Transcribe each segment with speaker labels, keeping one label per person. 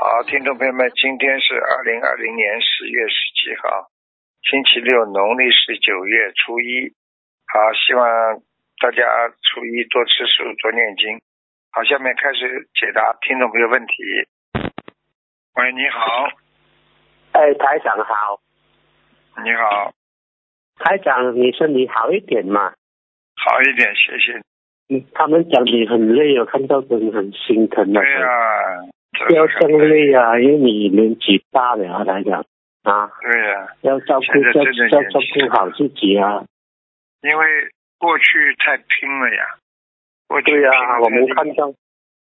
Speaker 1: 好，听众朋友们，今天是二零二零年十月十七号，星期六，农历是九月初一。好，希望大家初一多吃素，多念经。好，下面开始解答听众朋友问题。喂，你好，
Speaker 2: 哎，台长好，
Speaker 1: 你好，
Speaker 2: 台长，你身体好一点嘛？
Speaker 1: 好一点，谢谢。
Speaker 2: 嗯，他们讲你很累哦，看到人很心疼啊的。
Speaker 1: 对呀、
Speaker 2: 不要这么
Speaker 1: 真
Speaker 2: 累啊，因为你年纪大了啊，台长啊，
Speaker 1: 对呀、
Speaker 2: 要照顾
Speaker 1: 现在真
Speaker 2: 要
Speaker 1: 的
Speaker 2: 要
Speaker 1: 年
Speaker 2: 照
Speaker 1: 纪
Speaker 2: 顾好自己啊。
Speaker 1: 因为过去太拼了呀。过去
Speaker 2: 对呀、
Speaker 1: 拼了
Speaker 2: 我们
Speaker 1: 太
Speaker 2: 看到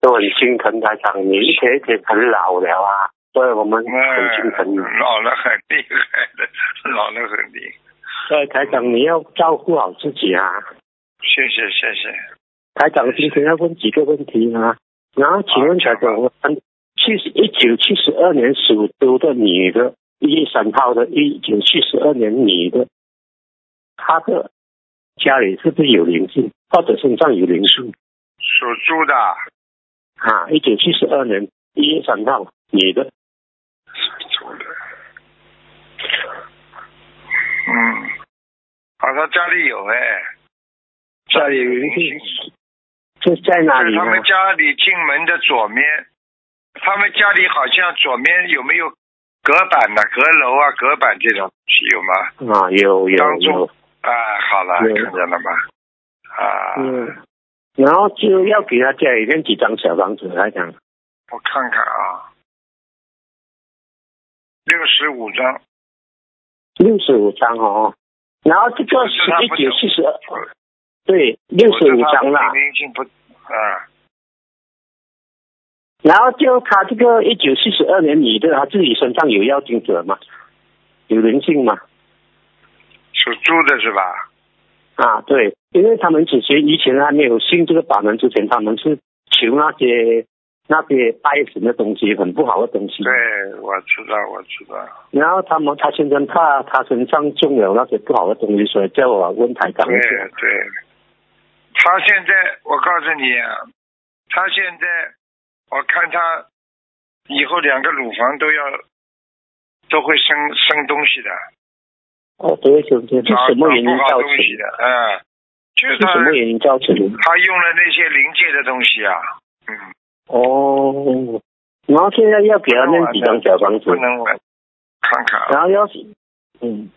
Speaker 2: 都很心疼，台长，你一点一点很老了啊，所以我们很心疼你。
Speaker 1: 哎老了很厉害的，老了很厉害。
Speaker 2: 所以台长，你要照顾好自己啊。
Speaker 1: 谢谢谢谢。
Speaker 2: 台长今天要问几个问题啊？然后请问台长，我们七十一九七十二年属猪的女的，一月三号的，一九七十二年女的，她的家里是不是有灵性，或者身上有灵性
Speaker 1: 属猪的，
Speaker 2: 啊？一九七十二年一月三号女的，
Speaker 1: 属猪的。嗯，好像家里有哎，
Speaker 2: 家里有灵性，这在哪
Speaker 1: 在
Speaker 2: 里呢
Speaker 1: 他？们家里进门的左面，他们家里好像左面有没有隔板呐、阁楼啊、隔板这种东西有吗？
Speaker 2: 啊，有有
Speaker 1: 当中
Speaker 2: 有，
Speaker 1: 啊，好了，
Speaker 2: 对
Speaker 1: 看见了吗？啊，
Speaker 2: 嗯，然后就要给她家里面几张小房子来讲，
Speaker 1: 我看看啊，六十五张，
Speaker 2: 六十五张哦，然后这个
Speaker 1: 我知
Speaker 2: 是
Speaker 1: 道
Speaker 2: 一
Speaker 1: 不
Speaker 2: 九
Speaker 1: 久
Speaker 2: 七十二，对，六十五张啦。
Speaker 1: 已经不啊，
Speaker 2: 然后就他这个一九七十二年女的，她自己身上有妖精者嘛，有灵性嘛？
Speaker 1: 属猪的是吧？
Speaker 2: 啊，对，因为他们之前以前还没有信这个法门之前，他们是求那些那些拜神的东西，很不好的东西。
Speaker 1: 对，我知道，我知道。
Speaker 2: 然后他们他现在怕他身上中了那些不好的东西，所以叫我问台长
Speaker 1: 对
Speaker 2: 一下。
Speaker 1: 对，他现在我告诉你啊，他现在我看他以后两个乳房都要都会生生东西的，
Speaker 2: 哦，对，兄弟，是
Speaker 1: 长
Speaker 2: 什
Speaker 1: 长
Speaker 2: 么原因
Speaker 1: 啊不好
Speaker 2: 造成？
Speaker 1: 东西
Speaker 2: 是
Speaker 1: 的，嗯，就是他
Speaker 2: 什么原因造成？的？
Speaker 1: 他用了那些临界的东西啊，嗯，
Speaker 2: 哦，然后现在要给他念几张小房子
Speaker 1: 不，能玩，看看啊，
Speaker 2: 然后要是，嗯，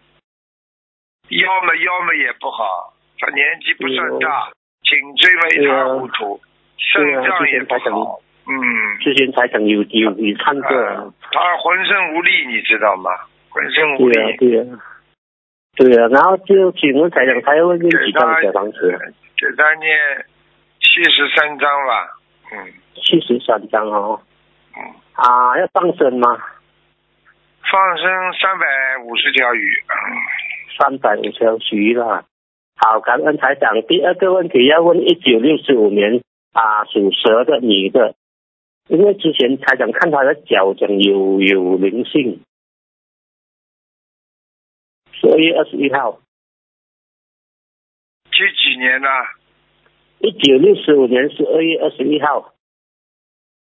Speaker 1: 腰嘛腰嘛也不好，他年纪不算大，颈椎嘛一塌糊涂，
Speaker 2: 对
Speaker 1: 肾
Speaker 2: 啊
Speaker 1: 脏也不
Speaker 2: 之前他讲
Speaker 1: 好，嗯。
Speaker 2: 之前台长有有有看过
Speaker 1: 啊，他浑身无力，你知道吗？浑身无力
Speaker 2: 对呀、，对啊呀、对呀、然后就请问台长，他要问念
Speaker 1: 给
Speaker 2: 几
Speaker 1: 他
Speaker 2: 张小房子？啊
Speaker 1: 给他念七十三章吧。嗯
Speaker 2: 七十三张哦。
Speaker 1: 嗯，
Speaker 2: 啊，要放生吗？
Speaker 1: 放生三百五十条鱼。嗯
Speaker 2: 三百五十条鱼啦。好，感恩台长。第二个问题要问一九六五年啊属蛇的女的，因为之前台长看她的脚讲有有灵性，十二月二十一号，
Speaker 1: 几几年呢、
Speaker 2: 一九六五年十二月二十一号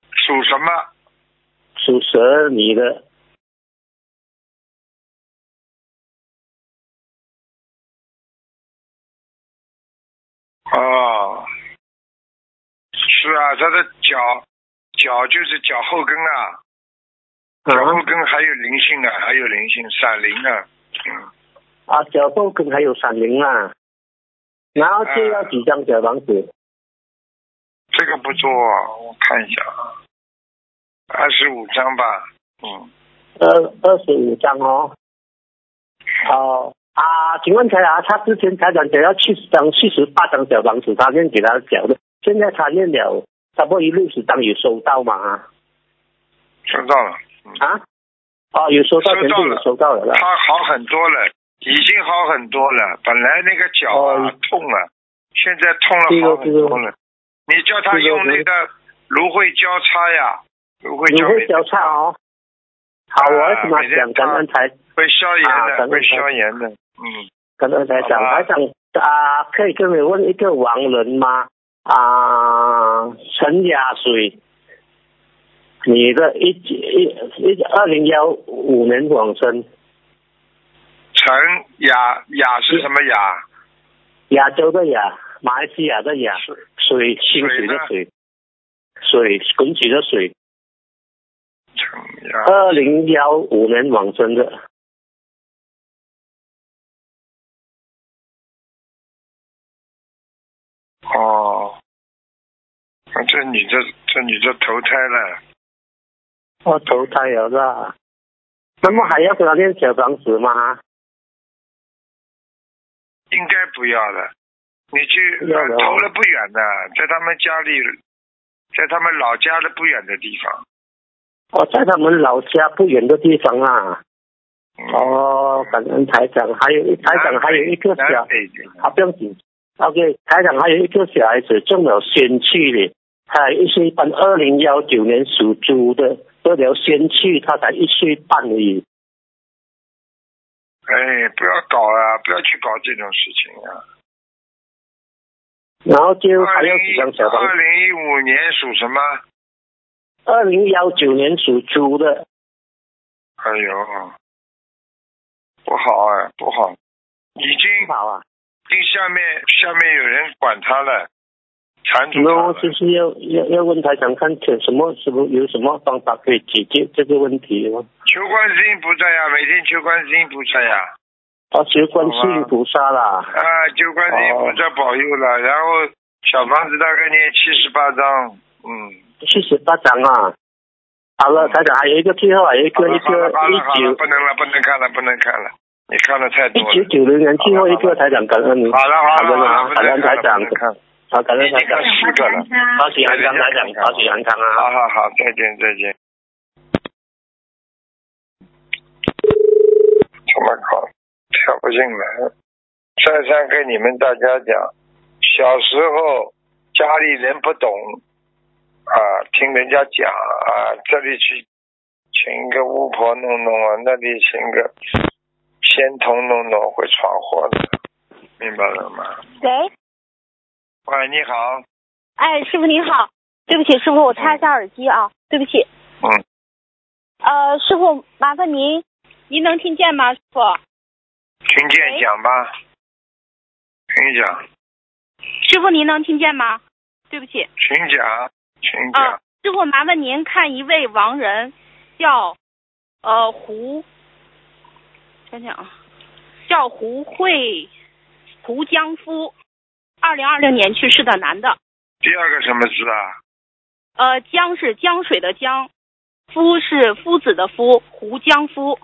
Speaker 1: 属什么？
Speaker 2: 属蛇女的，
Speaker 1: 哦，是啊，他的脚脚就是脚后跟啊，脚后
Speaker 2: 啊
Speaker 1: 跟还有灵性啊，还有灵性，闪灵啊。嗯，
Speaker 2: 啊脚后跟还有闪灵啊，然后就要几张小房子，
Speaker 1: 这个不做，我看一下啊，二十五张吧。嗯。
Speaker 2: 二呃二十五张哦。哦啊，请问台长，他之前台长讲要七十张、七十八张小房子，他念给他讲的，现在他念了差不多有六十张，有收到吗？
Speaker 1: 收到了，嗯，
Speaker 2: 啊？哦，有收到，
Speaker 1: 收
Speaker 2: 全
Speaker 1: 到
Speaker 2: 部
Speaker 1: 了
Speaker 2: 有收到了啦。
Speaker 1: 他好很多了，已经好很多了。本来那个脚啊、
Speaker 2: 哦
Speaker 1: 痛啊，现在痛了好很多了。你叫他用那个芦荟交叉呀，芦荟
Speaker 2: 你
Speaker 1: 交
Speaker 2: 会交叉哦。好，我要
Speaker 1: 啊
Speaker 2: 跟他
Speaker 1: 每天
Speaker 2: 讲，感恩台
Speaker 1: 会消炎
Speaker 2: 啊咱
Speaker 1: 的，
Speaker 2: 们
Speaker 1: 会消炎的。嗯，
Speaker 2: 跟刚才讲，
Speaker 1: 好吧
Speaker 2: 还想啊，可以跟你问一个王人吗？啊，陈雅水，女的一一一二零幺五年往生，
Speaker 1: 陈雅雅是什么雅？
Speaker 2: 亚洲的亚，马来西亚的亚，
Speaker 1: 是
Speaker 2: 水清水的水，水滚水的水，
Speaker 1: 陈雅。
Speaker 2: 二零幺五年往生的，
Speaker 1: 哦，啊这女的这女的投胎了，
Speaker 2: 哦，投胎了是吧？那么还要给他念小房子吗？
Speaker 1: 应该不要的。你去
Speaker 2: 不要
Speaker 1: 呃
Speaker 2: 的
Speaker 1: 投了不远的，在他们家里，在他们老家的不远的地方。
Speaker 2: 哦，在他们老家不远的地方啊。
Speaker 1: 嗯，
Speaker 2: 哦，感恩台长，还有一台长还有一个
Speaker 1: 南
Speaker 2: 小，
Speaker 1: 北的
Speaker 2: 啊不用紧，OK，台长还有一个小孩子中了仙气的，他一岁半，二零幺九年属猪的，得了仙气，他才一岁半而已。
Speaker 1: 哎，不要搞啊！不要去搞这种事情啊！
Speaker 2: 然后就
Speaker 1: 二
Speaker 2: 还
Speaker 1: 零
Speaker 2: 有几
Speaker 1: 一
Speaker 2: 张小房
Speaker 1: 二
Speaker 2: 子，
Speaker 1: 零一五年属什么？
Speaker 2: 二零幺九年属猪的，
Speaker 1: 哎呦，不好啊，不好，已经
Speaker 2: 不好啊，
Speaker 1: 跟下面下面有人管他了，缠住他
Speaker 2: 那
Speaker 1: 了。
Speaker 2: 就是要要要问台长看有什么什么有什么方法可以解决这个问题吗？
Speaker 1: 求观世音菩萨呀，每天求观世音菩萨呀，
Speaker 2: 啊，学观世音菩萨啦，
Speaker 1: 啊，求观世音菩萨保佑了。然后小房子大概念七十八章，嗯，
Speaker 2: 七十八张啊。好了，台长还有一个最后还有一
Speaker 1: 好
Speaker 2: 个
Speaker 1: 了
Speaker 2: 一
Speaker 1: 好了
Speaker 2: 个
Speaker 1: 好了好
Speaker 2: 一
Speaker 1: 了，
Speaker 2: 九
Speaker 1: 不能了，不能看了，不能看了，你看的太多
Speaker 2: 一
Speaker 1: 了
Speaker 2: 九。九零年最后一个台长感恩您，
Speaker 1: 好了好了
Speaker 2: 感恩
Speaker 1: 好
Speaker 2: 啊
Speaker 1: 了，不，
Speaker 2: 感
Speaker 1: 能
Speaker 2: 恩
Speaker 1: 看了，
Speaker 2: 台
Speaker 1: 不
Speaker 2: 长
Speaker 1: 能，看了。
Speaker 2: 好，感恩台
Speaker 1: 已经看，
Speaker 2: 长
Speaker 1: 四个了。
Speaker 2: 保喜安康台长，保喜安康啊
Speaker 1: 好。好好，再见再见。怎么搞？跳不进来。再三跟你们大家讲，小时候家里人不懂啊，听人家讲啊，这里去请个巫婆弄弄啊，那里请个仙童弄弄，会闯祸的，明白了吗？
Speaker 3: 喂，
Speaker 1: 喂，你好，
Speaker 3: 哎，师傅您好，对不起，师傅，我插一下耳机啊，对不起。
Speaker 1: 嗯，
Speaker 3: 呃，师傅，麻烦您，您能听见吗，师傅？
Speaker 1: 听见讲吧，听讲。
Speaker 3: 师傅，您能听见吗？对不起
Speaker 1: 请讲，请讲。
Speaker 3: 啊，师傅，麻烦您看一位亡人，叫呃胡，想想啊，叫胡慧胡江夫，二零二零年去世的男的，
Speaker 1: 第二个什么字啊？
Speaker 3: 呃，江是江水的江，夫是夫子的夫，胡江夫，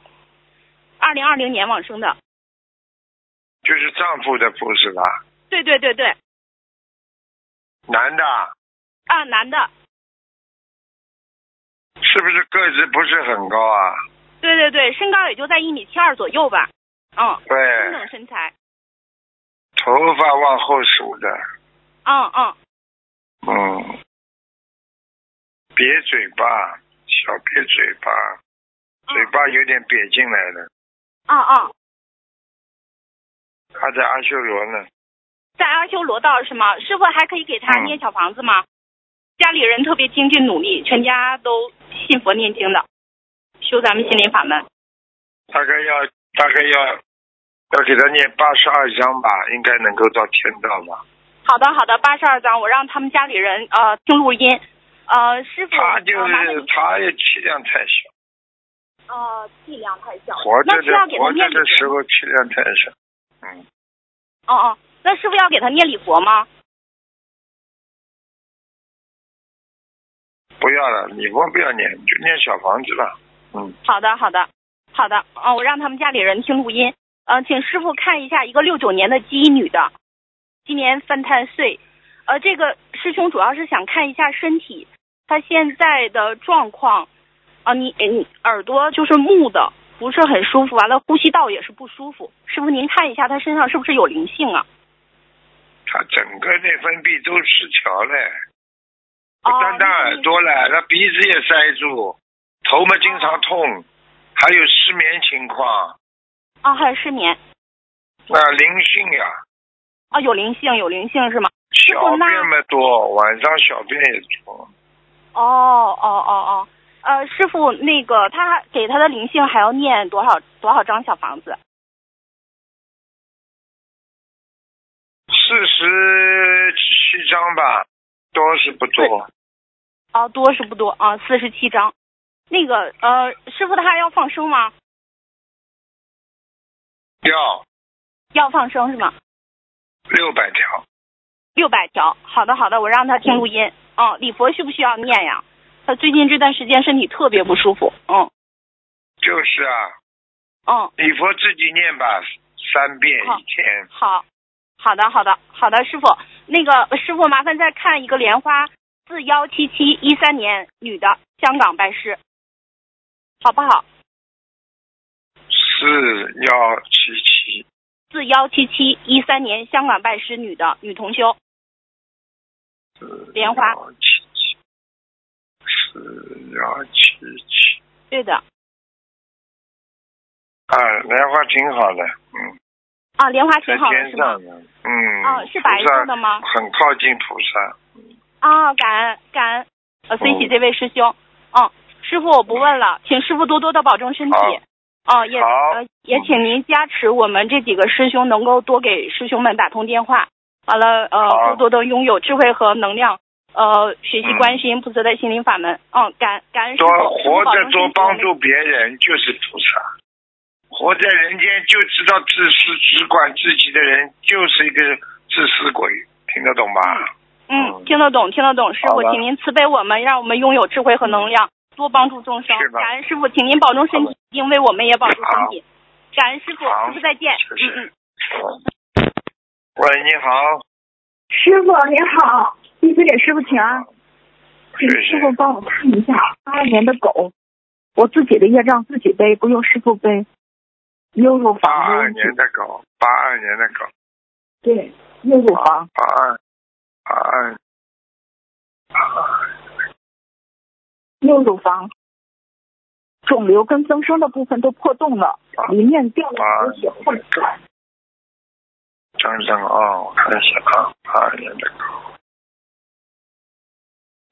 Speaker 3: 二零二零年往生的。
Speaker 1: 就是丈夫的夫是吧？
Speaker 3: 对对对对，
Speaker 1: 男的，
Speaker 3: 啊，男的，
Speaker 1: 是不是个子不是很高啊？
Speaker 3: 对对对，身高也就在一米七二左右吧。嗯，
Speaker 1: 对，
Speaker 3: 中等身材。
Speaker 1: 头发往后梳的，
Speaker 3: 嗯嗯，
Speaker 1: 嗯，瘪嘴巴，小瘪嘴巴，
Speaker 3: 嗯
Speaker 1: 嘴巴有点瘪进来了。
Speaker 3: 嗯嗯，
Speaker 1: 他在阿修罗呢，
Speaker 3: 在阿修罗道是吗？师傅还可以给他
Speaker 1: 嗯
Speaker 3: 念小房子吗？家里人特别精进努力，全家都信佛念经的，修咱们心灵法门。
Speaker 1: 大概要大概要要给他念八十二章吧，应该能够到天道吧。
Speaker 3: 好的好的，八十二章，我让他们家里人呃听录音。呃，师傅，
Speaker 1: 他就
Speaker 3: 呃麻烦
Speaker 1: 是
Speaker 3: 您
Speaker 1: 他也气量太小。
Speaker 3: 哦，剂量太小了。
Speaker 1: 活着
Speaker 3: 那需要
Speaker 1: 的
Speaker 3: 给他
Speaker 1: 活
Speaker 3: 念
Speaker 1: 着
Speaker 3: 礼
Speaker 1: 的时
Speaker 3: 佛吗？
Speaker 1: 候气量太小，嗯，
Speaker 3: 哦哦，那师傅要给他念礼佛吗？
Speaker 1: 不要了，你我不要念，就念小房子吧，嗯，
Speaker 3: 好的，好的，好的。哦，我让他们家里人听录音。呃，请师傅看一下一个六九年的鸡女的，今年犯太岁。呃，这个师兄主要是想看一下身体，她现在的状况。啊、你呃你耳朵就是木的，不是很舒服，完了呼吸道也是不舒服。师傅您看一下她身上是不是有灵性啊？
Speaker 1: 他整个内分泌都失调了，不
Speaker 3: 哦
Speaker 1: 单单耳朵了，他鼻子也塞住，头嘛经常痛，还有失眠情况，
Speaker 3: 啊，还有失眠。
Speaker 1: 那灵性呀、
Speaker 3: 啊，有灵性，有灵性是吗？
Speaker 1: 小
Speaker 3: 傅那
Speaker 1: 便嘛多，晚上小便也多，
Speaker 3: 哦哦哦哦，呃，师傅，那个他给他的灵性还要念多少多少张小房子？
Speaker 1: 四十七张吧，多是不多。
Speaker 3: 啊，多是不多啊？四十七张。那个呃，师傅他还要放生吗？
Speaker 1: 要
Speaker 3: 要放生是吗？
Speaker 1: 六百条，
Speaker 3: 六百条。好的好的，我让他听录音。哦、礼佛需不需要念呀？他最近这段时间身体特别不舒服。嗯
Speaker 1: 就是啊，
Speaker 3: 嗯，
Speaker 1: 礼佛自己念吧，三遍
Speaker 3: 好
Speaker 1: 一天。
Speaker 3: 好，好的好的好的，师傅，那个师傅麻烦再看一个莲花四幺七七一三年女的香港拜师，好不好？
Speaker 1: 四幺七七，
Speaker 3: 四幺七七一三年香港拜师女的女同修，莲花
Speaker 1: 四幺七七，四幺七七，
Speaker 3: 对的
Speaker 1: 啊，莲花挺好的，嗯，
Speaker 3: 啊，莲花挺
Speaker 1: 在
Speaker 3: 好的
Speaker 1: 天
Speaker 3: 是吗
Speaker 1: 上？的，嗯，
Speaker 3: 啊，是白色的吗
Speaker 1: 菩？萨，很靠近菩萨。
Speaker 3: 啊，感恩感恩，呃，随
Speaker 1: 哦
Speaker 3: 喜这位师兄。嗯，师傅我不问了，请师傅多多的保重身体。哦，也
Speaker 1: 好嗯
Speaker 3: 呃也请您加持我们这几个师兄，能够多给师兄们打通电话。完了，呃，
Speaker 1: 好
Speaker 3: 多多的拥有智慧和能量，呃，学习
Speaker 1: 嗯
Speaker 3: 观世音菩萨的心灵法门。嗯，感感恩师
Speaker 1: 多
Speaker 3: 傅，师傅
Speaker 1: 活
Speaker 3: 保重
Speaker 1: 着
Speaker 3: 身体
Speaker 1: 多帮助别人就是菩萨，活在人间就知道自私，只管自己的人就是一个自私鬼，听得懂吧？
Speaker 3: 嗯，听得懂，听得懂，师
Speaker 1: 好
Speaker 3: 傅，
Speaker 1: 的
Speaker 3: 请您慈悲我们，让我们拥有智慧和能量，多帮助众生
Speaker 1: 是。吧
Speaker 3: 感恩师傅，请您保重身
Speaker 1: 好
Speaker 3: 体，因为我们也保住身体。感恩师傅，
Speaker 1: 好
Speaker 3: 师傅再见。
Speaker 1: 谢谢
Speaker 3: 嗯嗯，嗯
Speaker 1: 喂，你好，
Speaker 4: 师傅您好，弟子给师傅请安，请
Speaker 1: 谢谢
Speaker 4: 师。傅帮我看一下八二年的狗，我自己的业障自己背，不用师傅背，又入
Speaker 1: 八
Speaker 4: 房
Speaker 1: 二
Speaker 4: 的
Speaker 1: 年的狗，八二年的狗，
Speaker 4: 对，又入房，
Speaker 1: 八二，八二，八二，
Speaker 4: 又入房，肿瘤跟增生的部分都破洞了，里面掉了很多血块，
Speaker 1: 张张啊，我看一下啊，八二年的狗。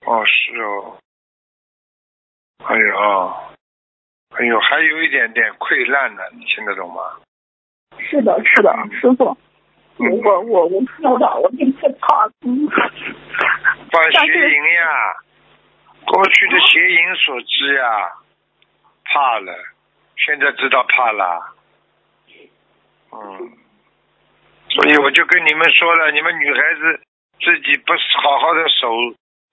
Speaker 1: 哦，是哦。哎呦，哎呦，还有一点点溃烂呢，你听得懂吗？
Speaker 4: 是的，是的，师傅，
Speaker 1: 嗯
Speaker 4: 我我我知道，我那次怕，嗯
Speaker 1: 放邪淫呀，过去的邪淫所致呀，怕了，现在知道怕了，嗯，所以我就跟你们说了，你们女孩子自己不好好的守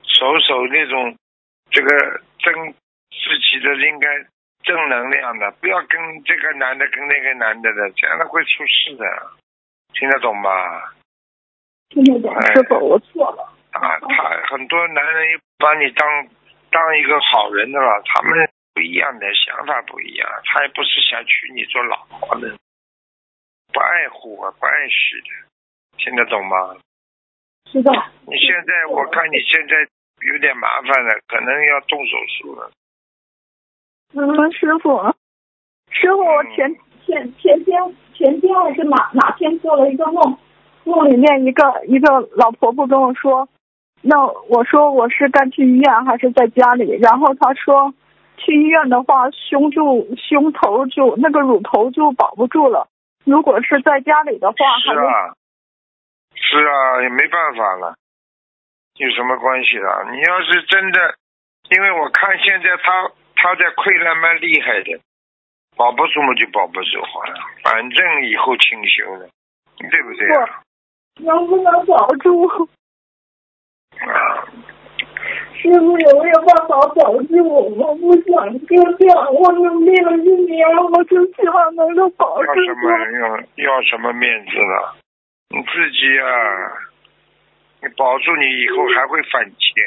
Speaker 1: 守守那种这个争自己的应该正能量的，不要跟这个男的跟那个男的的，这样的会出事的，听得懂吧？
Speaker 4: 听得懂，师傅，我错了，
Speaker 1: 啊，他很多男人也把你当当一个好人的了，他们不一样的想法不一样，他也不是想娶你做老婆的，不爱护啊，不爱惜的，听得懂吗？
Speaker 4: 知道，
Speaker 1: 你现在我看你现在有点麻烦了，可能要动手术了。
Speaker 4: 嗯，师傅，师傅，我
Speaker 1: 嗯
Speaker 4: 前前前天前天还是哪哪天做了一个梦，梦里面一个一个老婆婆跟我说，那我说我是该去医院还是在家里，然后她说去医院的话，胸就胸头就那个乳头就保不住了，如果是在家里的话，
Speaker 1: 是
Speaker 4: 还能
Speaker 1: 啊，是啊，也没办法了，有什么关系啊？你要是真的，因为我看现在他他在溃烂蛮厉害的，保不住嘛就保不住好了，反正以后清修了，对不对啊？
Speaker 4: 能不能保住？
Speaker 1: 啊，
Speaker 4: 师傅有没有办法保住我？我不想就这样，我努力了一年，我就希望能够保
Speaker 1: 要
Speaker 4: 住
Speaker 1: 什么要要什么面子了？你自己啊，你保住你以后还会反贱。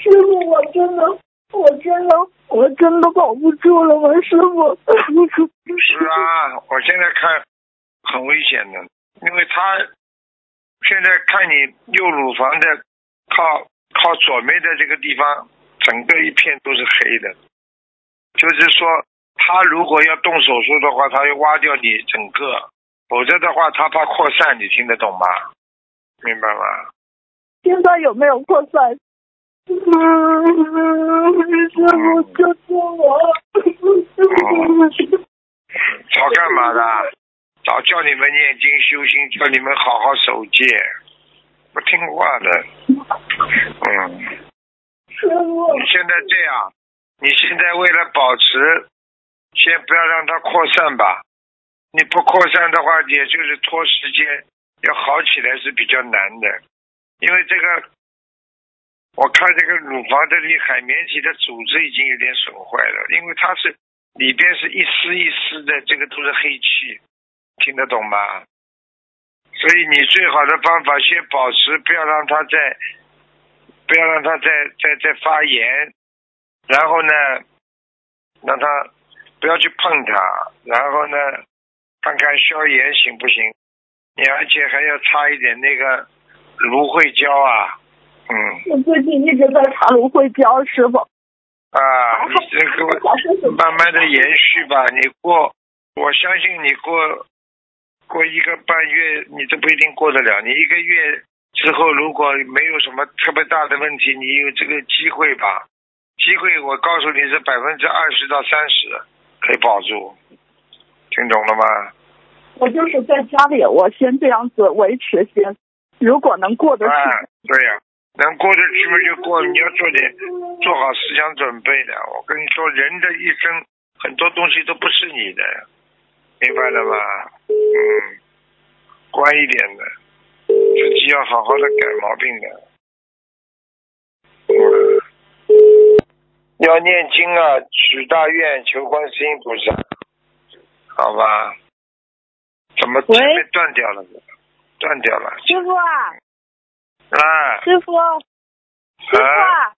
Speaker 4: 师傅，我真的，我真的，我真的保不住了，我师傅。
Speaker 1: 是啊，我现在看很危险的，因为他现在看你右乳房的靠靠左面的这个地方，整个一片都是黑的，就是说他如果要动手术的话，他要挖掉你整个，否则的话他怕扩散，你听得懂吗？明白吗？
Speaker 4: 现在有没有扩散？嗯，师傅救救我！
Speaker 1: 早干嘛的？早叫你们念经修心，叫你们好好守戒，不听话的。嗯，
Speaker 4: 师傅，
Speaker 1: 你现在这样，你现在为了保持，先不要让它扩散吧。你不扩散的话，也就是拖时间，要好起来是比较难的，因为这个，我看这个乳房这里海绵体的组织已经有点损坏了，因为它是里边是一丝一丝的，这个都是黑气，听得懂吗？所以你最好的方法，先保持，不要让它再，不要让它再再再发炎，然后呢，让它不要去碰它，然后呢，看看消炎行不行？你而且还要擦一点那个芦荟胶啊，嗯
Speaker 4: 我最近一直在查芦荟胶，师傅。
Speaker 1: 啊，你这个慢慢的延续吧。你过，我相信你过过一个半月，你都不一定过得了。你一个月之后，如果没有什么特别大的问题，你有这个机会吧？机会，我告诉你是百分之二十到三十，可以保住。听懂了吗？
Speaker 4: 我就是在家里，我先这样子维持先，如果能过得去，
Speaker 1: 啊，对呀、能过得去嘛就过，你要做点做好思想准备的。我跟你说，人的一生很多东西都不是你的，明白了吧？嗯，乖一点的，自己要好好的改毛病的。嗯，要念经啊，许大愿，求观世音菩萨，好吧？怎么前面断掉了？断掉了
Speaker 5: 师傅啊，
Speaker 1: 啊！
Speaker 5: 师傅，师傅啊！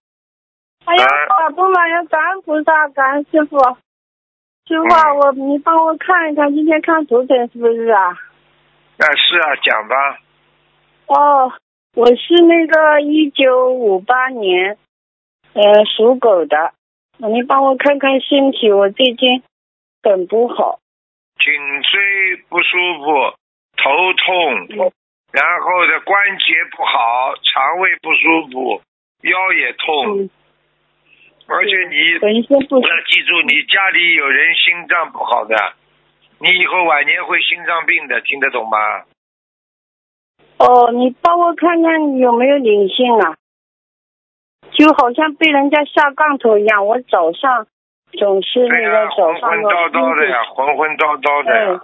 Speaker 5: 哎呀
Speaker 1: 哎，
Speaker 5: 好多嘛呀！感恩菩萨，感恩师傅。师傅啊，
Speaker 1: 嗯
Speaker 5: 我你帮我看一看，今天看图腾是不是啊？
Speaker 1: 啊，是啊，讲吧。
Speaker 5: 哦，我是那个一九五八年，呃，属狗的。你帮我看看身体，我最近很不好。
Speaker 1: 颈椎不舒服，头痛
Speaker 5: 嗯，
Speaker 1: 然后的关节不好，肠胃不舒服，腰也痛，
Speaker 5: 嗯，
Speaker 1: 而且你
Speaker 5: 浑身不舒
Speaker 1: 要记住，你家里有人心脏不好的，你以后晚年会心脏病的，听得懂吗？
Speaker 5: 哦，你帮我看看有没有灵性啊？就好像被人家下杠头一样，我早上总是
Speaker 1: 对
Speaker 5: 那
Speaker 1: 哎呀、
Speaker 5: 个早
Speaker 1: 浑浑
Speaker 5: 上
Speaker 1: 叨叨的呀，浑浑叨叨的呀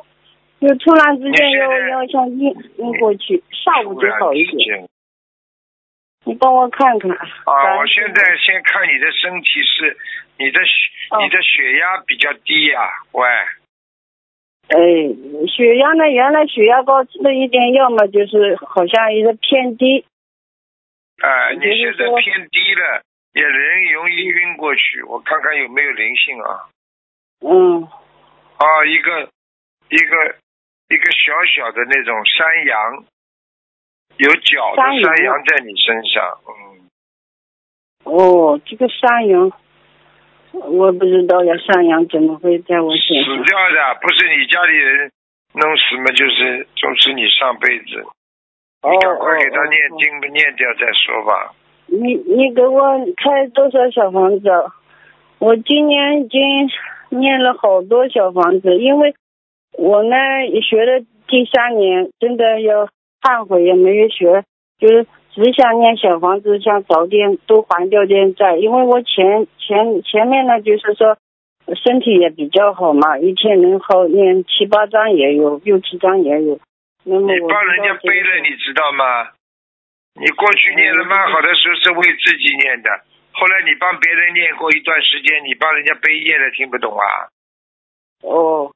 Speaker 5: 嗯，，就突然之
Speaker 1: 你
Speaker 5: 间
Speaker 1: 现在
Speaker 5: 又又像晕晕过去，下午就好一点。
Speaker 1: 点。
Speaker 5: 你帮我看看
Speaker 1: 啊，
Speaker 5: 感
Speaker 1: 我
Speaker 5: 恩
Speaker 1: 现在先看你的身体是，你的血、
Speaker 5: 哦
Speaker 1: 你的血压比较低呀、喂，
Speaker 5: 哎，血压呢？原来血压高吃了一点药嘛，就是好像一个偏低。
Speaker 1: 哎、
Speaker 5: 你
Speaker 1: 你现
Speaker 5: 觉得
Speaker 1: 在
Speaker 5: 说
Speaker 1: 偏低了，也人容易晕过去。我看看有没有灵性啊？
Speaker 5: 嗯，
Speaker 1: 啊，一个一个一个小小的那种山羊，有角的
Speaker 5: 山羊
Speaker 1: 山羊在你身上，嗯，
Speaker 5: 哦，这个山羊，我不知道呀，山羊怎么会在我身
Speaker 1: 死
Speaker 5: 上？
Speaker 1: 掉的，不是你家里人弄死嘛，就是就是你上辈子。
Speaker 5: 哦
Speaker 1: 你赶快给
Speaker 5: 哦
Speaker 1: 他
Speaker 5: 哦
Speaker 1: 念
Speaker 5: 哦
Speaker 1: 经，念掉再说吧。
Speaker 5: 你你给我开多少小房子？我今年已经念了好多小房子，因为我呢也学了第三年，真的要忏悔也没有学，就是只想念小房子，想早点多还掉点债。因为我前前前面呢就是说身体也比较好嘛，一天能好念七八张也有，六七张也有。那么
Speaker 1: 你
Speaker 5: 我
Speaker 1: 帮
Speaker 5: 知
Speaker 1: 人
Speaker 5: 道
Speaker 1: 家
Speaker 5: 这个
Speaker 1: 背
Speaker 5: 是
Speaker 1: 了，你知道吗？你过去念的蛮好的时候是为自己念的，后来你帮别人念过一段时间，你帮人家背业了，听不懂啊？
Speaker 5: 哦，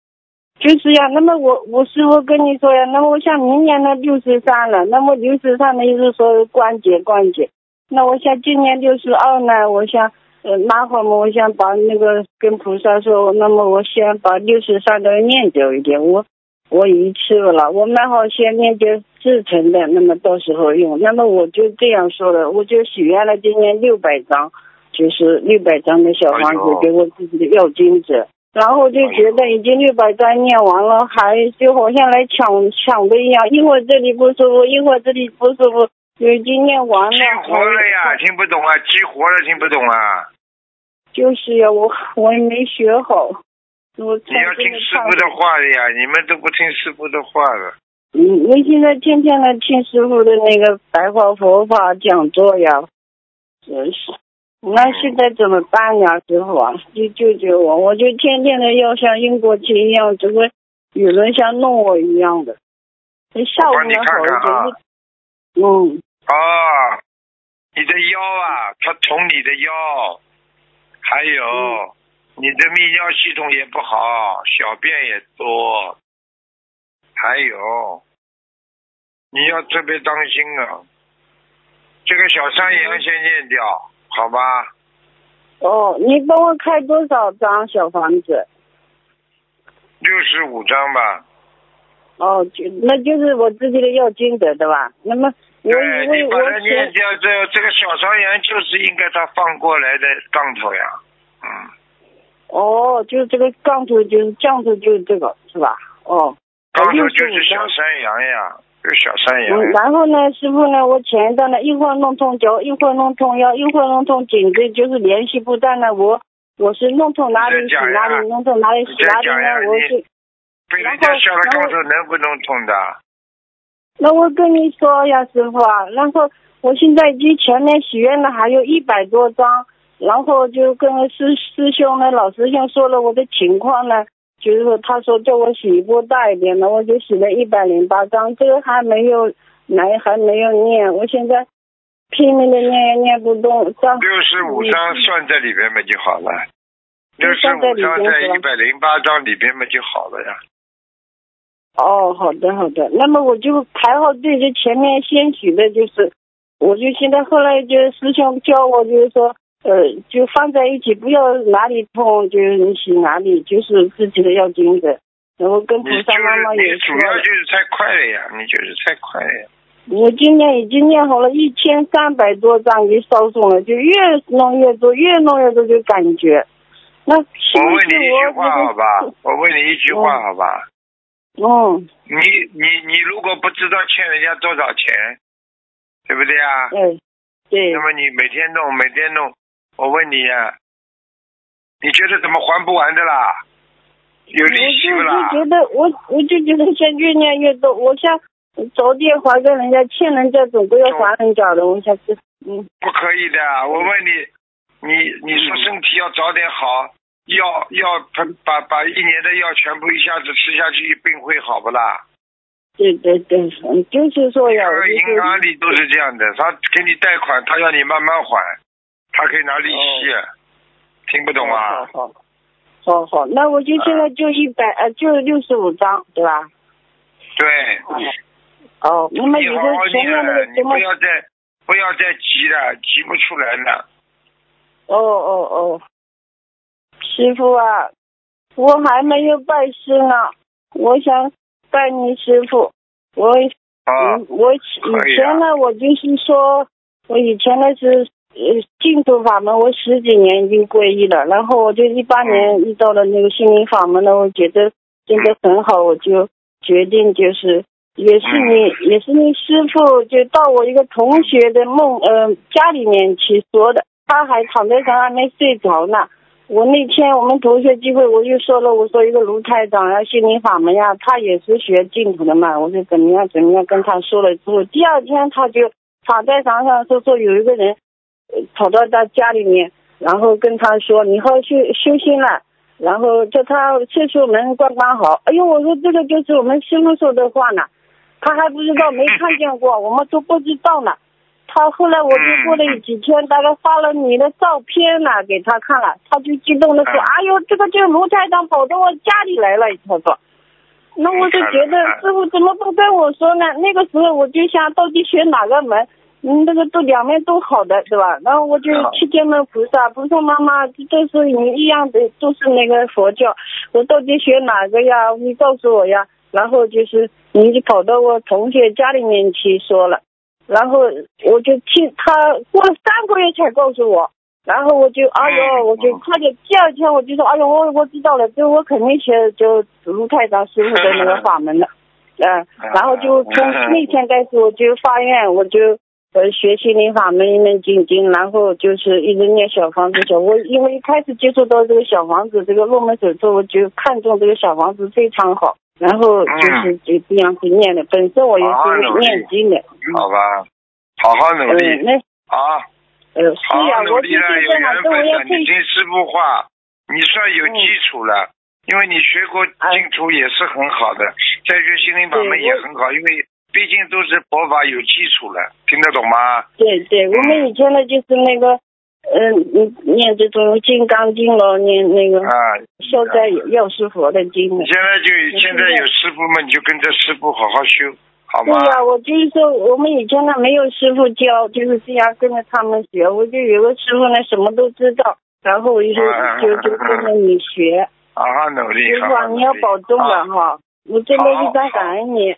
Speaker 5: 就是呀。那么我我师傅跟你说呀，那么我想明年呢六十三了，那么六十三呢就是说关节关节，那我想今年六十二呢，我想呃蛮好嘛，我想把那个跟菩萨说，那么我先把六十三的念掉一点，我我一次了，我蛮好先念掉制成的，那么到时候用，那么我就这样说了，我就许愿了，今年六百张。就是六百张的小
Speaker 1: 哎
Speaker 5: 房
Speaker 1: 呦
Speaker 5: 子给我自己的要金子，然后就觉得已经六百张念完了，还就好像来抢抢的一样，一会儿这里不舒服，一会儿这里不舒服，有经念完了
Speaker 1: 激，活了呀，听不懂啊，激活了听不懂啊，
Speaker 5: 就是呀，我我也没学好，我
Speaker 1: 你要听师傅的话的呀，你们都不听师傅的话了。
Speaker 5: 嗯，我现在天天的听师傅的那个白话佛法讲座呀，真是。那现在怎么办呀，师傅啊？你救救我！我就天天的要像英国去一样，这个舆论像弄我一样的。那下午
Speaker 1: 我帮你
Speaker 5: 能好
Speaker 1: 看
Speaker 5: 一点
Speaker 1: 看啊。
Speaker 5: 嗯，
Speaker 1: 哦，你的腰啊，它捅你的腰，还有、
Speaker 5: 嗯
Speaker 1: 你的泌尿系统也不好，小便也多，还有你要特别当心啊。这个小三阳先念掉，好吧？
Speaker 5: 哦，你帮我开多少张小房子？
Speaker 1: 六十五张吧。
Speaker 5: 哦，就那就是我自己的要经者的吧？那么我
Speaker 1: 对
Speaker 5: 以
Speaker 1: 你
Speaker 5: 为
Speaker 1: 把它
Speaker 5: 我
Speaker 1: 念
Speaker 5: 学
Speaker 1: 掉，这这个小肠炎就是应该它放过来的杠头呀。嗯，
Speaker 5: 哦，就是这个杠头就是降头就是这个是吧？哦，
Speaker 1: 杠头
Speaker 5: 六
Speaker 1: 就
Speaker 5: 十五
Speaker 1: 是小
Speaker 5: 张。
Speaker 1: 山羊呀，就是小山羊
Speaker 5: 嗯，
Speaker 1: 呀。
Speaker 5: 然后呢，师傅呢，我前一段呢，一会儿弄痛脚，一会儿弄痛腰，一会儿弄痛颈椎，就是联系不断的。我我是弄痛哪里
Speaker 1: 你
Speaker 5: 洗
Speaker 1: 在讲
Speaker 5: 哪
Speaker 1: 呀
Speaker 5: 里，弄痛哪里洗
Speaker 1: 你在
Speaker 5: 哪里
Speaker 1: 讲呀
Speaker 5: 呢？我
Speaker 1: 你
Speaker 5: 是
Speaker 1: 被人
Speaker 5: 然
Speaker 1: 家
Speaker 5: 后
Speaker 1: 下了
Speaker 5: 然
Speaker 1: 杠
Speaker 5: 后
Speaker 1: 头能不能痛的？
Speaker 5: 那我跟你说呀，师傅啊，然后我现在已经前面许愿了，还有一百多张，然后就跟师师兄呢，老师兄说了我的情况呢，就是说他说叫我许一波大一点的，我就许了一百零八张，这个还没有来，还没有念，我现在拼命的念也念不动，张
Speaker 1: 六十五张算在里边嘛就好了。六
Speaker 5: 就
Speaker 1: 十
Speaker 5: 嗯算在
Speaker 1: 五
Speaker 5: 里
Speaker 1: 张
Speaker 5: 边
Speaker 1: 在
Speaker 5: 是吧
Speaker 1: 一百零八张里边嘛就好了呀。
Speaker 5: 哦，好的好的，那么我就排好队，就前面先许的就是，我就现在后来就是师兄教我就是说，呃，就放在一起，不要哪里痛就是你洗哪里，就是自己的要经者，然后跟菩
Speaker 1: 你就
Speaker 5: 萨妈妈
Speaker 1: 是
Speaker 5: 也
Speaker 1: 你
Speaker 5: 说
Speaker 1: 主要
Speaker 5: 了，
Speaker 1: 就是太快了呀，你就是太快了呀。
Speaker 5: 我今年已经念好了一千三百多张，给烧送了，就越弄越多，越弄越多就感觉，那是
Speaker 1: 我
Speaker 5: 不
Speaker 1: 问
Speaker 5: 是
Speaker 1: 你一句
Speaker 5: 我
Speaker 1: 话 好吧？我问你一句话
Speaker 5: 嗯
Speaker 1: 好吧？
Speaker 5: 嗯，
Speaker 1: 你你你如果不知道欠人家多少钱，对不对啊？
Speaker 5: 哎，对
Speaker 1: 那，么你每天弄每天弄，我问你呀、你觉得怎么还不完的啦？有利息不啦
Speaker 5: 我？就就觉得我我就觉得现在越念越多，我想早点还给人家，欠人家总归要还人家的。我想这，嗯，
Speaker 1: 不可以的，我问你，你你说身体要早点好，药要把把把一年的药全部一下子吃下去，病会好不啦？
Speaker 5: 对对对，嗯就是说呀，我
Speaker 1: 而
Speaker 5: 就
Speaker 1: 银行
Speaker 5: 是
Speaker 1: 里都是这样的，他给你贷款，他要你慢慢还，他可以拿利息，听不懂啊？
Speaker 5: 哦好好好好好，那我就现在就一百呃，就六十五张，对吧？
Speaker 1: 对，
Speaker 5: 哦，那么以
Speaker 1: 你
Speaker 5: 后
Speaker 1: 好好
Speaker 5: 前
Speaker 1: 念
Speaker 5: 面那
Speaker 1: 了
Speaker 5: 个，
Speaker 1: 你
Speaker 5: 什么
Speaker 1: 不？要再不要再急了，急不出来了。
Speaker 5: 哦哦哦，师傅啊，我还没有拜师呢，我想拜你师傅，我
Speaker 1: 啊，
Speaker 5: 嗯，我以
Speaker 1: 可以啊
Speaker 5: 以前呢，我就是说，我以前呢是呃净土法门，我十几年已经皈依了，然后我就一八
Speaker 1: 嗯
Speaker 5: 年遇到了那个心灵法门呢，我觉得真的很好，我就决定就是也是你也是你师傅，就到我一个同学的梦呃家里面去说的，他还躺在床还没睡着呢。我那天我们同学聚会，我就说了，我说一个卢台长呀，心灵法门呀，他也是学净土的嘛，我说怎么样怎么样，跟他说了之后，第二天他就躺在床上说说有一个人呃跑到他家里面，然后跟他说你好修修心了，然后叫他厕所门关关好。哎呦，我说这个就是我们师傅说的话呢，他还不知道没看见过，我们都不知道呢。他后来我就过了几天，大概发了你的照片呢、给他看了，他就激动的说：“
Speaker 1: 嗯
Speaker 5: 哎呦，这个就是卢台长跑到我家里来了。”他说。那我就觉得
Speaker 1: 嗯
Speaker 5: 师傅怎么不跟我说呢？那个时候我就想到底选哪个门，嗯，那个都两面都好的，对吧？然后我就
Speaker 1: 好
Speaker 5: 去见了菩萨，菩萨妈妈都是你一样的，都是那个佛教，我到底选哪个呀？你告诉我呀。然后就是你就跑到我同学家里面去说了，然后我就听他过了三个月才告诉我，然后我就哎呦，
Speaker 1: 嗯
Speaker 5: 我就
Speaker 1: 嗯
Speaker 5: 快点，第二天我就说哎呦，我我知道了，这我肯定学就卢太长师傅嗯的那个法门了，嗯、然后就从那天开始我就发愿，我就呃学心灵法门一门精进，然后就是一直念小房子小。我因为一开始接触到这个小房子这个入门手册，我就看中这个小房子非常好，然后就是就这样去念的。本身我也是念经的，
Speaker 1: 好吧，好好努
Speaker 5: 嗯，
Speaker 1: 力
Speaker 5: 那
Speaker 1: 啊，
Speaker 5: 呃是
Speaker 1: 好
Speaker 5: 呀、
Speaker 1: 好努
Speaker 5: 我就
Speaker 1: 力
Speaker 5: 是
Speaker 1: 了，有
Speaker 5: 在哪
Speaker 1: 缘
Speaker 5: 跟我嗯
Speaker 1: 分
Speaker 5: 要
Speaker 1: 的，
Speaker 5: 退
Speaker 1: 你听师傅话，你算有基础了，因为你学过净土也是很好的，再学心灵法门
Speaker 5: 哎对
Speaker 1: 也
Speaker 5: 我
Speaker 1: 很好，因为毕竟都是佛法有基础了，听得懂吗？
Speaker 5: 对对，我们以前呢就是那个，嗯、嗯，念这种《金刚经》咯，念那个
Speaker 1: 啊，
Speaker 5: 消灾药师佛的经呢
Speaker 1: 你。现在就
Speaker 5: 我
Speaker 1: 现
Speaker 5: 嗯现
Speaker 1: 在
Speaker 5: 在
Speaker 1: 有师傅们，你就跟着师傅好好修，好
Speaker 5: 对
Speaker 1: 吗？
Speaker 5: 呀、我就是说，我们以前呢没有师傅教，就是这样跟着他们学。我就有个师傅呢，什么都知道，然后我就
Speaker 1: 啊
Speaker 5: 就就跟着你学。
Speaker 1: 好好努力，
Speaker 5: 师
Speaker 1: 好
Speaker 5: 傅啊，
Speaker 1: 好努力。
Speaker 5: 你要保重了
Speaker 1: 啊
Speaker 5: 哈，我真的非常感恩你。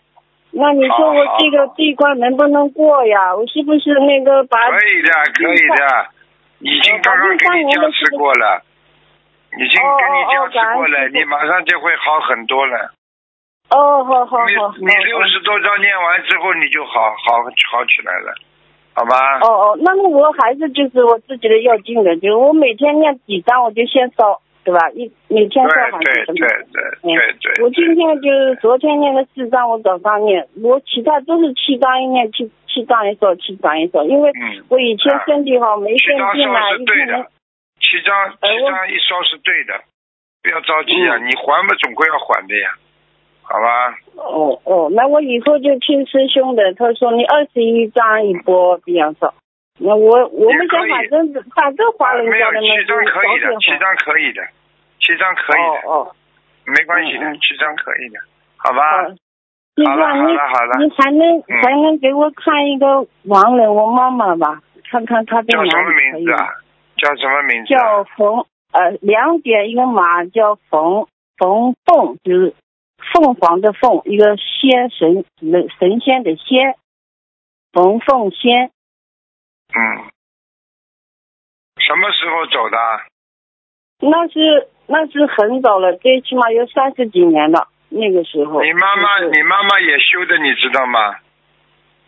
Speaker 5: 那你说我这
Speaker 1: 好
Speaker 5: 个
Speaker 1: 好
Speaker 5: 这一关能不能过呀？我是不是那个把
Speaker 1: 啊可以的，可以的，已经刚刚跟你加持过了，已经跟你加持过了，
Speaker 5: 哦哦哦感恩师父
Speaker 1: 你马上就会好很多了。
Speaker 5: 哦，好好好，
Speaker 1: 你
Speaker 5: 好
Speaker 1: 你六十多章念完之后，你就好好好起来了，好吧？
Speaker 5: 哦哦，那么我还是就是我自己的要经的，就是我每天念几张我就先烧，对吧？一每天烧好
Speaker 1: 对对
Speaker 5: 像什
Speaker 1: 对
Speaker 5: 么？嗯
Speaker 1: 对对对。
Speaker 5: 我今天就是昨天念了四张，我早上念，我其他都是七张一念，七七张一烧，七张一烧，因为
Speaker 1: 嗯，
Speaker 5: 我以前身体好，没
Speaker 1: 七
Speaker 5: 生
Speaker 1: 张
Speaker 5: 病
Speaker 1: 烧
Speaker 5: 啊，
Speaker 1: 是
Speaker 5: 一
Speaker 1: 对
Speaker 5: 天
Speaker 1: 的，七张
Speaker 5: 哎
Speaker 1: 七
Speaker 5: 我嗯
Speaker 1: 张一烧是对的，不要着急啊，你还嘛总归要还的呀，好吧？
Speaker 5: 哦哦，那我以后就听师兄的，他说你二十一张一波比较少，那我我们想
Speaker 1: 也可以
Speaker 5: 反正反正还人
Speaker 1: 没有
Speaker 5: 家的嘛，
Speaker 1: 七
Speaker 5: 就
Speaker 1: 张
Speaker 5: 是
Speaker 1: 可以的，
Speaker 5: 早
Speaker 1: 七
Speaker 5: 点还。
Speaker 1: 张可以的，七张可以的。
Speaker 5: 哦哦。
Speaker 1: 没关系的
Speaker 5: 嗯，嗯哦
Speaker 1: 七张可以的，好吧？
Speaker 5: 好师
Speaker 1: 啊好了
Speaker 5: 傅啊，
Speaker 1: 好
Speaker 5: 你
Speaker 1: 了好了
Speaker 5: 你还能
Speaker 1: 嗯
Speaker 5: 还能给我看一个亡人，我妈妈吧，看看她在
Speaker 1: 叫什
Speaker 5: 哪
Speaker 1: 么
Speaker 5: 里可
Speaker 1: 名
Speaker 5: 以
Speaker 1: 字
Speaker 5: 吗？
Speaker 1: 啊？叫什么名字啊？
Speaker 5: 叫冯呃，两点一个马叫冯冯凤，就是凤凰的凤，一个仙神人神仙的仙，冯凤仙。
Speaker 1: 嗯，什么时候走的啊？
Speaker 5: 那是那是很早了，最起码有三十几年了。那个时候，
Speaker 1: 你妈妈，
Speaker 5: 哦就是
Speaker 1: 你妈妈也修的，你知道吗？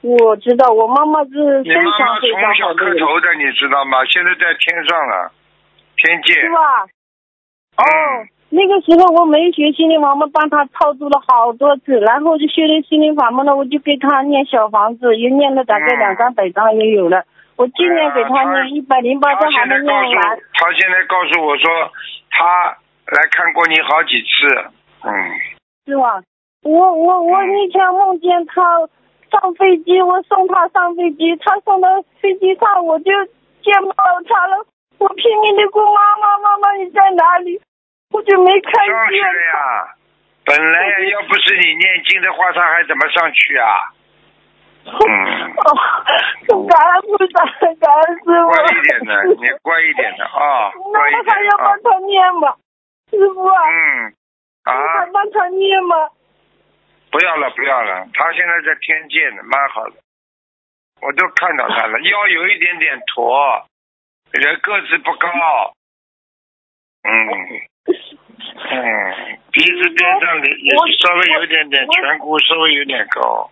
Speaker 5: 我知道，我妈妈是
Speaker 1: 你
Speaker 5: 非
Speaker 1: 妈妈
Speaker 5: 常非常
Speaker 1: 从小
Speaker 5: 好的
Speaker 1: 磕
Speaker 5: 人，
Speaker 1: 头的，你知道吗？现在在天上了，天界。
Speaker 5: 是吧？哦，
Speaker 1: 嗯，
Speaker 5: 那个时候我没学心灵法门，帮他操作了好多次，然后就学了心灵法门了，我就给他念小房子，也念了大概
Speaker 1: 嗯
Speaker 5: 两三百张也有了。我今年给他
Speaker 1: 哎呀
Speaker 5: 念一百零八
Speaker 1: 他
Speaker 5: 张还
Speaker 1: 现在
Speaker 5: 没念
Speaker 1: 告诉
Speaker 5: 完。
Speaker 1: 他现在告诉我说，他来看过你好几次。嗯。
Speaker 5: 是吧？我我我
Speaker 1: 嗯
Speaker 5: 那天梦见他上飞机，我送他上飞机，他送到飞机上我就见不到他了，我拼命的哭妈妈妈妈你在哪里？我就没看
Speaker 1: 上去
Speaker 5: 见
Speaker 1: 了呀。本来呀要不是你念经的话，他还怎么上去啊？嗯
Speaker 5: 哦，感恩菩萨，感恩师傅。
Speaker 1: 乖一点的，你乖一点的啊，
Speaker 5: 那
Speaker 1: 乖一
Speaker 5: 我哦还
Speaker 1: 点
Speaker 5: 要
Speaker 1: 啊
Speaker 5: 帮。他念吗？师傅啊，
Speaker 1: 嗯，啊，
Speaker 5: 我还帮他念吗？
Speaker 1: 不要了，不要了，他现在在天界呢，蛮好的，我都看到 他了，腰有一点点驼，人个子不高，嗯嗯，鼻子边上的也
Speaker 5: 我
Speaker 1: 稍微有一点点
Speaker 5: 我
Speaker 1: 颧骨稍微有点高，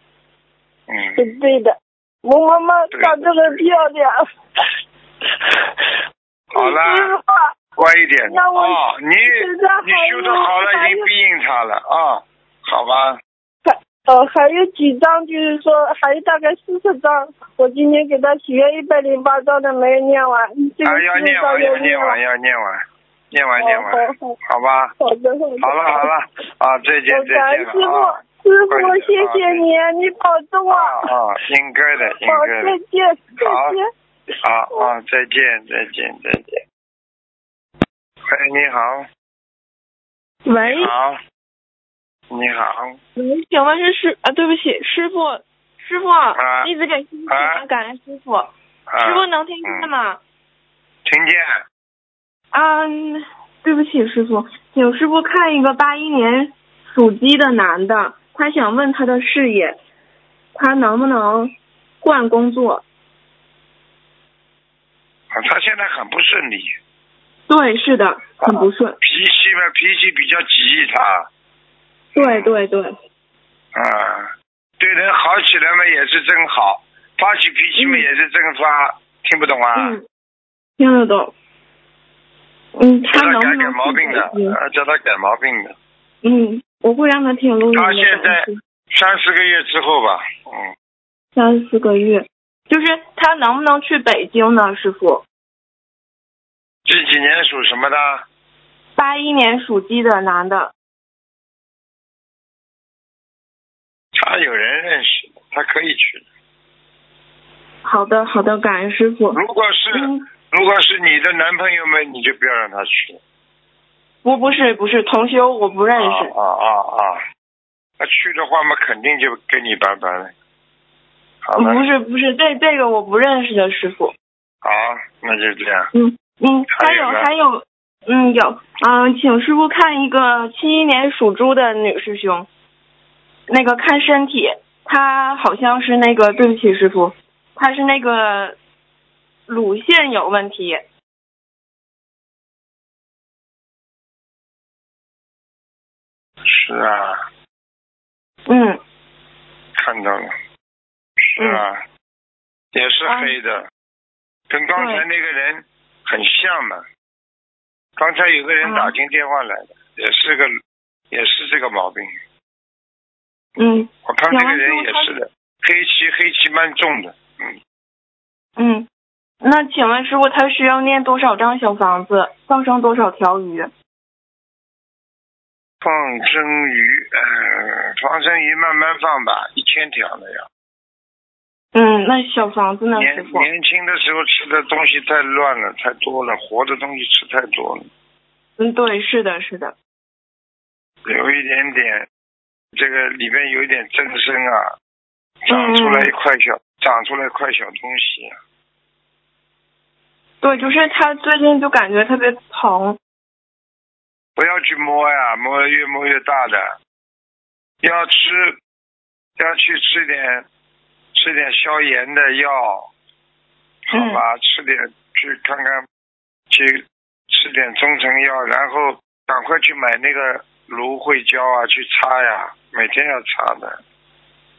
Speaker 1: 嗯。
Speaker 5: 是对的，我妈妈长得很漂亮。
Speaker 1: 好啦
Speaker 5: 师傅啊，
Speaker 1: 乖一点
Speaker 5: 那我
Speaker 1: 哦，你
Speaker 5: 现在还
Speaker 1: 你修的好了，
Speaker 5: 还
Speaker 1: 已经逼应他了啊、好吧，
Speaker 5: 呃，还有几张，就是说还有大概四十张，我今天给他许愿一百零八张的没有念完，这个
Speaker 1: 哎，要
Speaker 5: 四十
Speaker 1: 念完，
Speaker 5: 张
Speaker 1: 要
Speaker 5: 要
Speaker 1: 念完，
Speaker 5: 完。
Speaker 1: 要念完，念完，念完，
Speaker 5: 好好
Speaker 1: 好吧，
Speaker 5: 好的，好的。
Speaker 1: 好了，好了，啊，再见，
Speaker 5: 我
Speaker 1: 再
Speaker 5: 感恩
Speaker 1: 见
Speaker 5: 师傅
Speaker 1: 了啊，
Speaker 5: 师傅，谢谢你，你保重
Speaker 1: 啊
Speaker 5: 啊！
Speaker 1: 啊，应该的，应
Speaker 5: 好，
Speaker 1: 该
Speaker 5: 再
Speaker 1: 的，
Speaker 5: 见，再
Speaker 1: 好
Speaker 5: 见。
Speaker 1: 啊啊，再见，再见，再见。喂，你好，
Speaker 6: 喂
Speaker 1: 你好，你好，
Speaker 6: 喂，请问是师啊？对不起，师傅，师傅，
Speaker 1: 啊
Speaker 6: 弟子给师
Speaker 1: 啊
Speaker 6: 傅感恩师傅，
Speaker 1: 啊
Speaker 6: 师，傅能听见吗？
Speaker 1: 听见，
Speaker 6: 啊嗯，对不起，师傅，请师傅看一个八一年属鸡的男的，他想问他的事业，他能不能换工作？
Speaker 1: 啊 他现在很不顺利，啊
Speaker 6: 对，是的，很不顺。
Speaker 1: 脾气嘛，脾气比较急，他。
Speaker 6: 对对对，
Speaker 1: 啊，对人好起来嘛也是真好，发起脾气嘛也是这个发，听不懂啊？
Speaker 6: 嗯，听得懂。嗯，
Speaker 1: 叫
Speaker 6: 他
Speaker 1: 他
Speaker 6: 能不
Speaker 1: 改
Speaker 6: 能
Speaker 1: 改毛病的，
Speaker 6: 听
Speaker 1: 呃叫他改毛病的，
Speaker 6: 嗯，我会让他听录音的。
Speaker 1: 他现在三四个月之后吧，嗯，
Speaker 6: 三四个月，就是他能不能去北京呢，师傅？
Speaker 1: 几几年属什么的？
Speaker 6: 八一年属鸡的男的，
Speaker 1: 他有人认识，他可以去。
Speaker 6: 好的好的，感恩师傅。
Speaker 1: 如果是
Speaker 6: 嗯，
Speaker 1: 如果是你的男朋友们，你就不要让他去。
Speaker 6: 不不是不是同修，我不认
Speaker 1: 啊
Speaker 6: 识。
Speaker 1: 啊啊啊！他去的话嘛，肯定就跟你拜拜了。好了，
Speaker 6: 不是不是，这这个我不认识的师傅。
Speaker 1: 好，那就这样。
Speaker 6: 嗯嗯，
Speaker 1: 还
Speaker 6: 还
Speaker 1: 有
Speaker 6: 有
Speaker 1: 呢
Speaker 6: 还有，嗯有嗯，请师傅看一个七一年属猪的女师兄，那个看身体，她好像是那个，对不起师傅，她是那个乳腺有问题。
Speaker 1: 是啊，
Speaker 6: 嗯
Speaker 1: 看到了。是啊，也是黑的，跟刚才那个人很像嘛。刚才有个人
Speaker 6: 嗯
Speaker 1: 打进电话来的，也是个，也是这个毛病。
Speaker 6: 嗯
Speaker 1: 我看这个人
Speaker 6: 有啊
Speaker 1: 也
Speaker 6: 师傅
Speaker 1: 是的，黑气黑气蛮重的，嗯，
Speaker 6: 嗯，那请问师傅她需要念多少张小房子，放生多少条鱼？
Speaker 1: 放生鱼，呃，放生鱼慢慢放吧，一千条了呀。
Speaker 6: 嗯，那小房子呢，
Speaker 1: 年
Speaker 6: 师傅？
Speaker 1: 年轻的时候吃的东西太乱了，太多了，活的东西吃太多了，
Speaker 6: 嗯，对，是的，是的。
Speaker 1: 有一点点，这个里边有一点增生啊，长出来一块小，长出来一块小东西啊、
Speaker 6: 对，就是他最近就感觉特别疼。
Speaker 1: 不要去摸呀，摸越摸越大的，要吃，要去吃点，吃点消炎的药，好吧，吃点去看看，去吃点中成药，然后赶快去买那个芦荟胶啊，去擦呀，每天要擦的。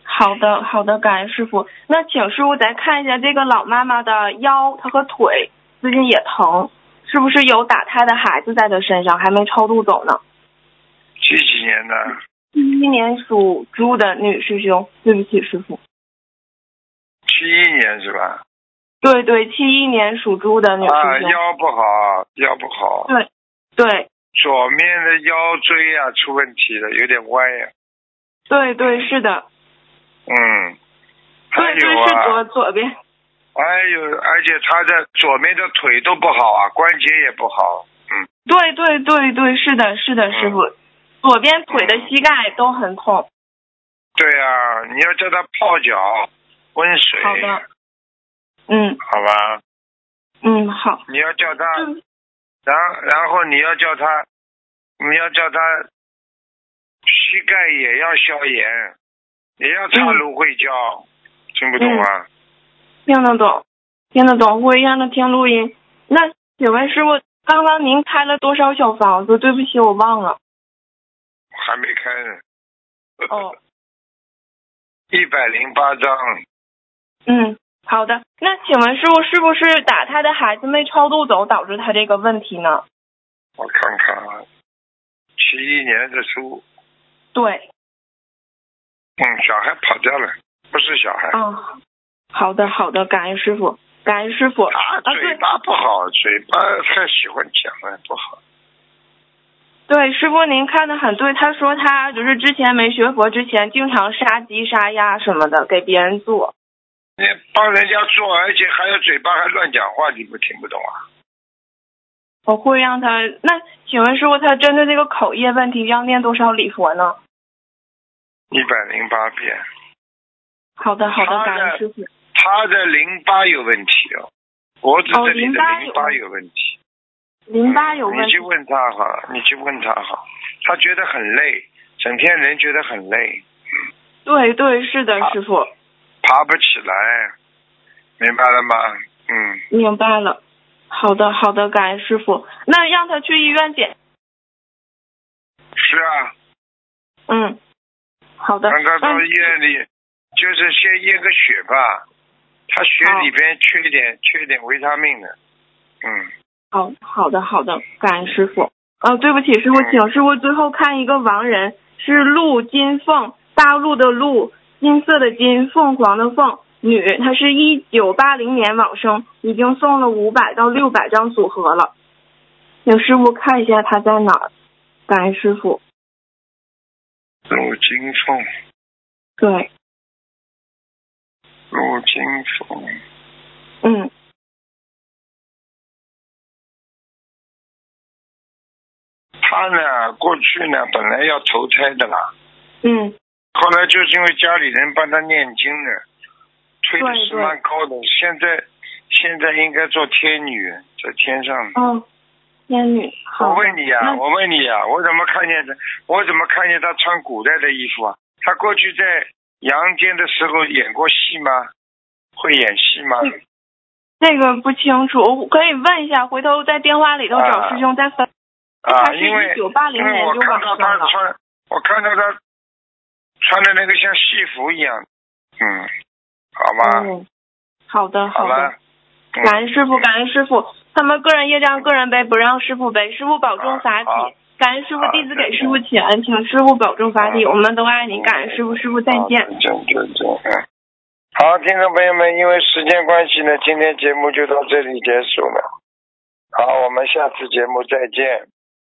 Speaker 6: 好的，好的，感恩师傅。那请师傅再看一下这个老妈妈的腰，她和腿最近也疼，是不是有打胎的孩子在她身上还没超度走呢？
Speaker 1: 几几年的？
Speaker 6: 一年属猪的女师兄，对不起，师傅。
Speaker 1: 七一年是吧？
Speaker 6: 对对，七一年属猪的女
Speaker 1: 啊，
Speaker 6: 师兄。
Speaker 1: 腰不好，腰不好，
Speaker 6: 对
Speaker 1: 左面的腰椎啊出问题了，有点歪啊呀、
Speaker 6: 对对，是的，
Speaker 1: 嗯，还
Speaker 6: 对
Speaker 1: 有
Speaker 6: 对是
Speaker 1: 啊
Speaker 6: 左，左边。
Speaker 1: 还有，而且他的左面的腿都不好啊，关节也不好。嗯，
Speaker 6: 对对对对，是的，是的，师傅，左边腿的膝盖都很痛。
Speaker 1: 对啊，你要叫他泡脚，温水，
Speaker 6: 好的嗯
Speaker 1: 好吧？
Speaker 6: 嗯，好。
Speaker 1: 你要叫他，
Speaker 6: 嗯
Speaker 1: 然然后你要叫他，你要叫他膝盖也要消炎，也要擦
Speaker 6: 嗯
Speaker 1: 芦荟胶，听不懂啊？
Speaker 6: 听得懂，听得懂，我一样的听录音。那请问师傅，刚刚您开了多少小房子？对不起，我忘了。
Speaker 1: 还没开呢。
Speaker 6: 哦，
Speaker 1: 一百零八张，
Speaker 6: 嗯，好的。那请问师傅，是不是打他的孩子没超度走，导致他这个问题呢？
Speaker 1: 我看看啊，七一年的猪，
Speaker 6: 对，
Speaker 1: 嗯，小孩跑掉了，不是小孩，
Speaker 6: 啊、好的，好的，感恩师傅，感恩师傅。
Speaker 1: 他
Speaker 6: 啊，
Speaker 1: 嘴
Speaker 6: 对
Speaker 1: 巴不好，嘴巴太喜欢讲了，不好。
Speaker 6: 对，师傅您看的很对，他说他就是之前没学佛之前，经常杀鸡杀鸭什么的给别人做。
Speaker 1: 你帮人家做，而且还有嘴巴还乱讲话，你不听不懂啊？
Speaker 6: 我会让他那，请问师傅，他针对这个口业问题要念多少礼佛呢？
Speaker 1: 一百零八遍，
Speaker 6: 好的，好
Speaker 1: 他
Speaker 6: 的，感
Speaker 1: 的
Speaker 6: 恩师傅。
Speaker 1: 他的淋巴有问题哦，脖子
Speaker 6: 哦
Speaker 1: 这里
Speaker 6: 淋
Speaker 1: 的
Speaker 6: 巴
Speaker 1: 淋
Speaker 6: 有
Speaker 1: 巴
Speaker 6: 问
Speaker 1: 有问题。
Speaker 6: 淋巴有问
Speaker 1: 你
Speaker 6: 题
Speaker 1: 去，问他好了，你去问他好，他觉得很累，整天人觉得很累，
Speaker 6: 对对，是的，师傅，
Speaker 1: 爬不起来，明白了吗？嗯，
Speaker 6: 明白了。好的，好的，感恩师傅。那让他去医院检，
Speaker 1: 是啊，
Speaker 6: 嗯，好的。
Speaker 1: 让他到
Speaker 6: 嗯
Speaker 1: 医院里，就是先验个血吧，他血里边缺一点缺一点维他命的，嗯，
Speaker 6: 好哦好的好的，感恩师傅。呃，对不起，师傅，
Speaker 1: 嗯
Speaker 6: 请师傅最后看一个亡人，是陆金凤，大陆的陆，金色的金，凤凰的凤，女，她是一九八零年往生，已经送了五百到六百张组合了，请师傅看一下她在哪儿，感恩师傅。
Speaker 1: 陆金凤，
Speaker 6: 对，
Speaker 1: 陆金凤，
Speaker 6: 嗯，
Speaker 1: 他呢过去呢本来要投胎的啦，
Speaker 6: 嗯，
Speaker 1: 后来就是因为家里人帮他念经呢，推的
Speaker 6: 对
Speaker 1: 是
Speaker 6: 对
Speaker 1: 蛮高的，现在现在应该做天女，在天上呢。
Speaker 6: 哦，仙女，
Speaker 1: 我
Speaker 6: 好，嗯
Speaker 1: 问你啊，
Speaker 6: 那
Speaker 1: 我问你啊，我怎么看见他？我怎么看见他穿古代的衣服啊？他过去在阳间的时候演过戏吗？会演戏吗？
Speaker 6: 嗯这个不清楚，我可以问一下，回头在电话里头找师兄再分。
Speaker 1: 啊，
Speaker 6: 他是
Speaker 1: 因为
Speaker 6: 一九八零
Speaker 1: 因为
Speaker 6: 年
Speaker 1: 我
Speaker 6: 就
Speaker 1: 看
Speaker 6: 往
Speaker 1: 到
Speaker 6: 生
Speaker 1: 他
Speaker 6: 了。
Speaker 1: 穿，我看到他穿的那个像戏服一样，嗯，好吧，
Speaker 6: 嗯，好的，
Speaker 1: 啊好
Speaker 6: 的
Speaker 1: 吧。，嗯
Speaker 6: 感恩师傅，感恩师傅，他们个人业障个人背，不让师傅背。师傅保重法体
Speaker 1: 啊好，
Speaker 6: 感恩师傅
Speaker 1: 好，
Speaker 6: 弟子
Speaker 1: 再
Speaker 6: 给
Speaker 1: 见
Speaker 6: 师傅请安，请师傅保重法体，
Speaker 1: 嗯
Speaker 6: 我们都爱您，感恩师傅，师傅再见。
Speaker 1: 好再见，再见。嗯好，听众朋友们，因为时间关系呢，今天节目就到这里结束了。好，我们下次节目再见。